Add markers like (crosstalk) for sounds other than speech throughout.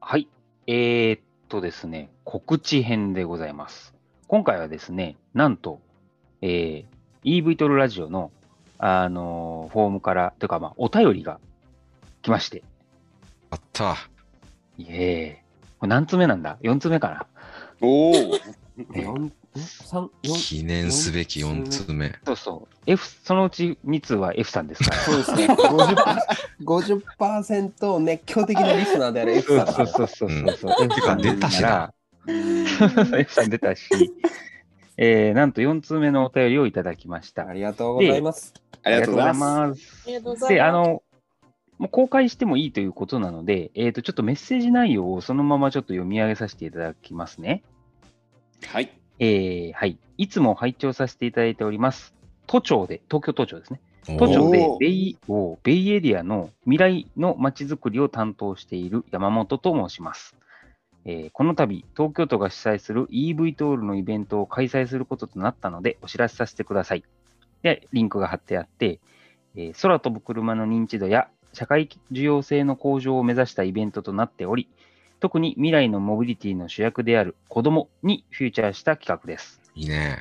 はい。えー、っとですね、告知編でございます。今回はですね、なんと、えー、EV トルラジオの、あのーフォームから、というか、まあ、お便りが来まして、あった。イエーイ。これ何つ目なんだ ?4 つ目かなおお。えー四三四。 (laughs) 記念すべき4通目。そうそう。F、そのうち2通は F さんですから。そうですね。五十パー50%熱狂的なリスナーである F そさ。うそうんそうそうそう。ん F さんてか出たしなから。F さん出たし、えー、なんと4通目のお便りをいただきましたあ。りがとうございます。あありがとうございます。すありがとうございますで、あの、もう公開してもいいということなので、えっ、と、ちょっとメッセージ内容をそのままちょっと読み上げさせていただきますね。はい。えーはい。いつも拝聴させていただいております。都庁で、東京都庁ですね。お都庁ーでおーベイをベイエリアの未来のまちづくりを担当している山本と申します。えーこの度、東京都が主催する EV トールのイベントを開催することとなったので、お知らせさせてください。で、リンクが貼ってあって、えー空飛ぶ車の認知度や社会需要性の向上を目指したイベントとなっており、特に未来のモビリティの主役である子供にフューチャーした企画です。いいね。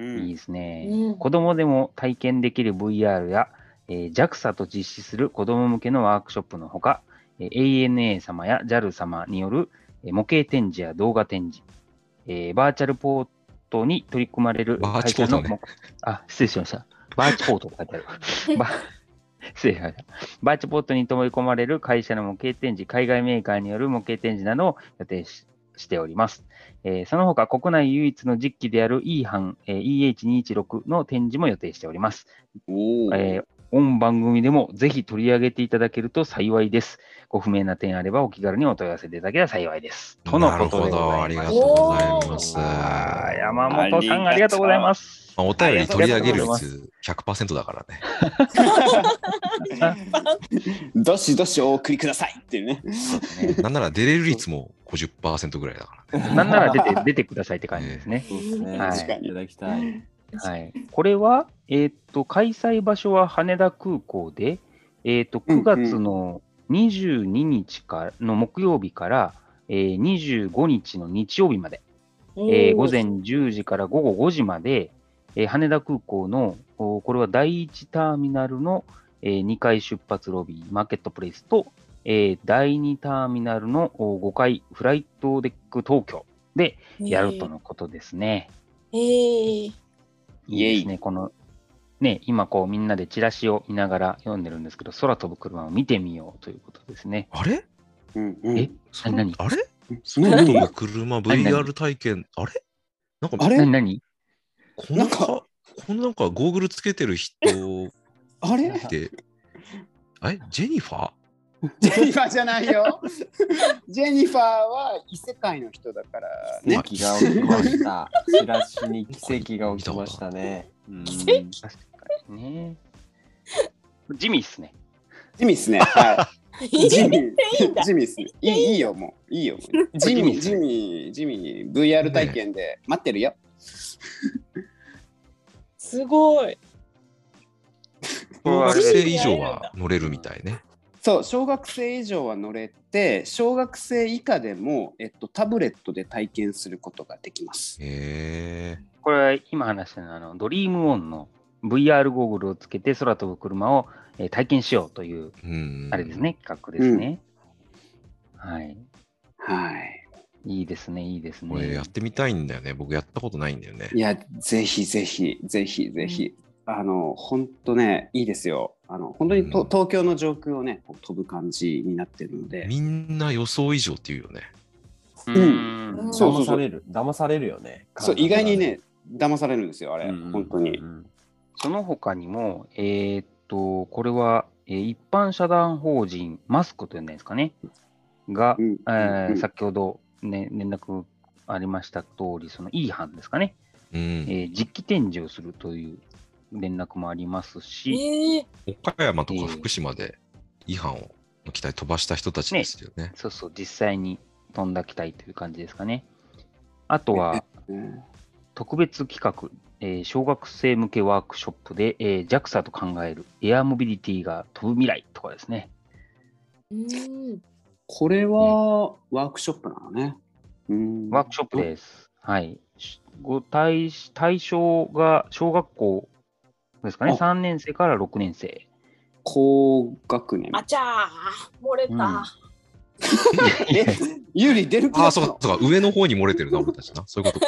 いいん。ですね。うん子供でも体験できる VR や、えー JAXA と実施する子供向けのワークショップのほか、えー ANA 様や JAL 様による、えー模型展示や動画展示、えーバーチャルポートに取り組まれるバーチポートね目あ、失礼しました。バーチポートって書いてある。 (laughs) バ失礼しました。バーチポートに取り込まれる会社の模型展示、海外メーカーによる模型展示などを予定ししております。えーその他、国内唯一の実機である E 班、えー EH216 の展示も予定しております。おお。えー、本番組でもぜひ取り上げていただけると幸いです。ご不明な点あればお気軽にお問い合わせいただければ幸いです。とのなることほでございど。ます。ありがとあうございます。とーま山本さん、ありがとうございます。あお便り取り上げありがるとうござい率100%だ (laughs) からね。どしどしお送りくださいっていうね。ますねなんなら出れる率も50%ぐらいだからね。なんなら出て (laughs) 出てくださいって感じですね。そうですね。はいいただきたい。はい、これは、えーっと開催場所は羽田空港で、えーっとうんう9ん月の22日からの木曜日から、えー25日の日曜日まで、えー午前10時から午後5時まで、えー羽田空港のおこれは第1ターミナルの、え2階出発ロビーマーケットプレイスと、えー第2ターミナルの5階フライトデック東京でやるとのことですね。えー、えーいいですね、この、ね、今こうみんなでチラシを見ながら読んでるんですけど、空飛ぶ車を見てみようということですね。あれうんうんえそあ何あれそ空何飛ぶ車何 VR 体験、あれなんか、あれ何何こんななんかこのなんかゴーグルつけてる人あ (laughs) れ (laughs) って、あれジェニファージェニファーじゃないよ。 (laughs) ジェニファーは異世界の人だから奇ね。跡が起きました。チラシに奇跡が起きましたね。うん確かにね。地味っすね。ジミーっすね。はえ (laughs) い。(laughs) ジミーいいんだ。ジミーっすね。いいいいよ、もう。いいよ。ジミー、ジミー、ジミー、VR 体験で待ってるよ。すごい。小あ学れ生以上は乗れるみたいね。そう、小学生以上は乗れて、小学生以下でも、えっと、タブレットで体験することができます。へえ。これは今話したのはあの、ドリームオンの VR ゴーグルをつけて空飛ぶ車を、えー体験しようという、うん。あれです。ね、企画ですね。はい。はい。いいですね、いいですこれねやっ。てみたいんだよね。僕やったことないんだよね。いや、ぜひぜひ、ぜひぜひ。あの、本当ね、いいですよ。あの、本当にと、うん東京の上空をね、こう飛ぶ感じになってるので。みんな予想以上っていうよね。ううんん。そそうう騙そうされる。騙されるよね。そう、意外にね、騙されるんですよ、あれ。うん、本当にう。ん。その他にも、えーっと、これは、えー一般社団法人マスクというんですかね、が、うんえーうん先ほど、ね、連絡ありました通り、その E 班ですかね、うん。えー実機展示をするという連絡もありますえし、ー、岡山とええか福島で違反をの機体飛ばした人たちですよね。そうそう、実際に飛んだ機体という感じですかね。あとは、うん特別企画、えー小学生向けワークショップで、えー JAXA と考えるエアモビリティが飛ぶ未来とかですね。うん。これはワークショップなのね。うんワークショップです。はい。しご対対象が小学校ですかね、あ3年生から6年生。高学年。あちゃー、漏れた。うんえ、ゆり出る気あだあ、ったそうのか、そうか、上の方に漏れてるな、俺たちな。そういうこと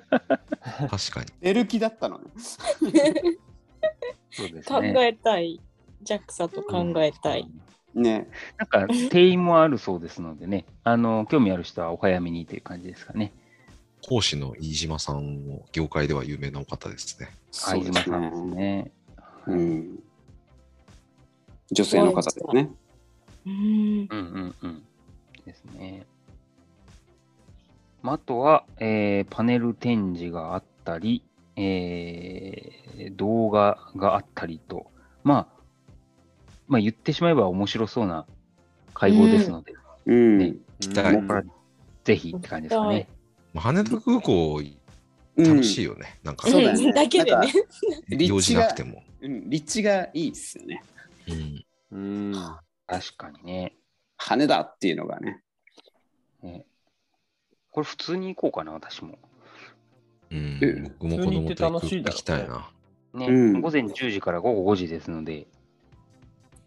(laughs) か。確かに。出る気だったのね。そうです考ね。えたい。弱さと考えたい。ねなんか、定員もあるそうですのでね、あの、興味ある人はお早めにという感じですかね。講師の飯島さんも業界では有名なお方ですね。そうで相す島さんですね。ね。うん女性の方ですね。うん。うんうんうん。ですね。まああとは、えーパネル展示があったり、えー動画があったりと、まあ、まあ言ってしまえば面白そうな会合ですので、うん。ね期待。これはぜひって感じですかね。まあ羽田空港、うん楽しいよね。なんかそ、うだようねん (laughs) だけでなんねか。立地が用事なくても。うん立地がいいですよね。うんうん。確かにね羽田っていうのがね。ねこれ普通に行こうかな、私も。うんえ僕も子供と行く普通に行って行楽しきいだたろうねいな。ね、うん午前10時から午後5時ですので、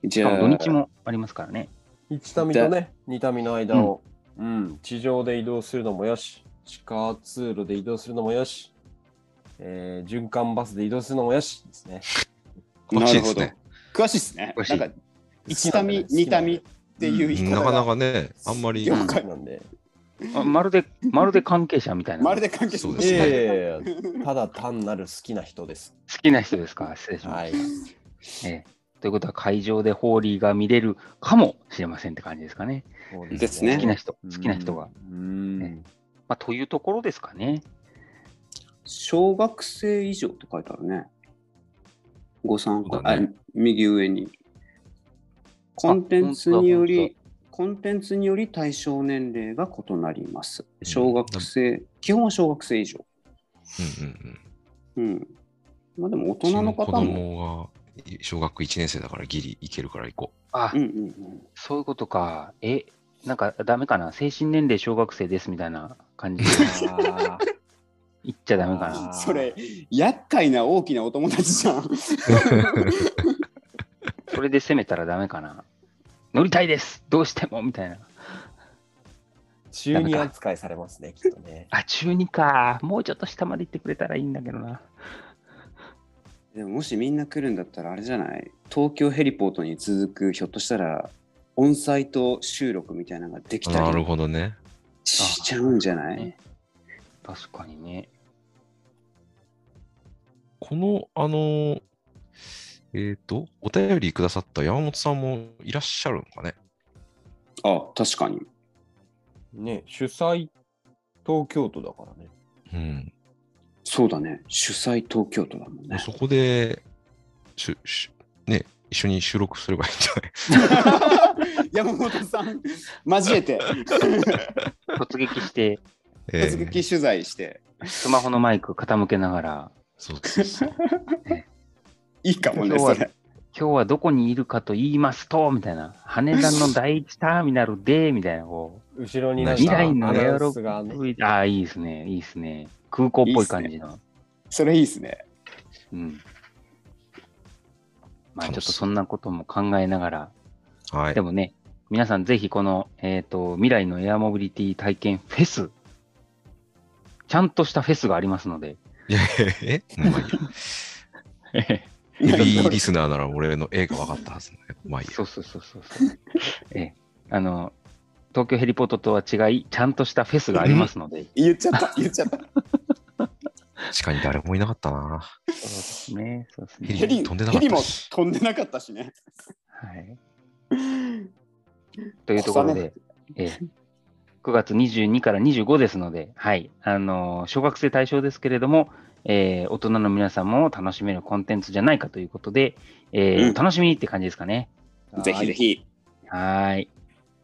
じしかもゃあ、土日もありますからね。一民とね、二民の間を、うん、地上で移動するのもよし、地下通路で移動するのもよし、えー、循環バスで移動するのもよしですね。詳しいですね。詳しいですね。詳しないんか、一民、二民っていうう言んい方なかなが、かね、あんまり了うん解なんで、あまるで、まるで関係者みたいな。まるで関係そういですねやいやいやただ単なる好きな人です。好きな人ですか失礼しました。はい。ええということは会場でホーリーが見れるかもしれませんって感じですかね。そうですね好きな人、好きな人が。まうん。あ、というところですかね。小学生以上って書いてあるね。ご参加、そうだねあ右上に。コンテンツにより、コンテンツにより対象年齢が異なります。小学生、基本は小学生以上。うんうん。うん。まあでも大うち人のの子方も。供が小学1年生だからギリ行けるから行こあ、うんうんそういうことか。え、なんかダメかな。精神年齢小学生ですみたいな感じで (laughs) あ言っちゃダメかうな。ん。ーそれ、、厄介な大きなお友達じゃん。それで攻めたらダメかな。乗りたいですどうしてもみたいな。中二扱いされますね、きっとね。あ、中2か。もうちょっと下まで行ってくれたらいいんだけどな。 (laughs) でももしみんな来るんだったらあれじゃない東京ヘリポートに続くひょっとしたらオンサイト収録みたいなのができ (laughs) う。 (laughs) たなるりほどね。しちゃうんじゃない、ね確かにね。この、あのー、えっ、と、お便りくださった山本さんもいらっしゃるのかね。あ確かにね、主催、東京都だからね。うん。そうだね主催東京都だもんねそこで、しゅしゅね、一緒に収録すればいいんじゃない (laughs) 山本さん交えて突撃して、え突ー撃取材してスマホのマイク傾けながら、そうそうそう。いいかもね今日はそれ今日はどこにいるかと言いますと、みたいな、羽田の第一ターミナルで、みたいな、こ (laughs) う、後ろになんか未来のアエナアウロンスがね、ああ、いいですね、いいですね。空港っぽい感じの。それいいですねうん。まあ、ちょっ楽しとそうそんなことも考えながら、はいで。もね、皆さんぜひこの、えっ、と、未来のエアモビリティ体験フェス、ちゃんとしたフェスがありますので、いやいやえ、まあいいや。ヘビーリスナーなら俺の A が分かったはずなんだけど。まあいいそや。うそうそう (laughs) そうそう。ええ、あの、東京ヘリポートとは違い、ちゃんとしたフェスがあります (laughs) ので、 (laughs) 言っちゃった言っちゃった確かに誰もいなかったな。ね、そうですヘね。ヘリリ飛んでなかヘっリもたし。飛んでなかったしねはい。 (laughs) というところで、ええ9月22から25ですので、はい、あのー小学生対象ですけれども、えー大人の皆さんも楽しめるコンテンツじゃないかということで、えーうん楽しみにって感じですかね。ぜひぜひはーい。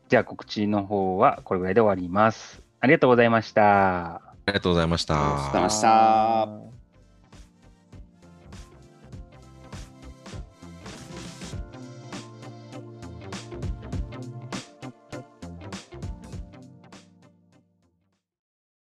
じゃあ告知の方はこれぐらいで終わります。ありがとうございました。ありがとうございました。ありがとうございましたあー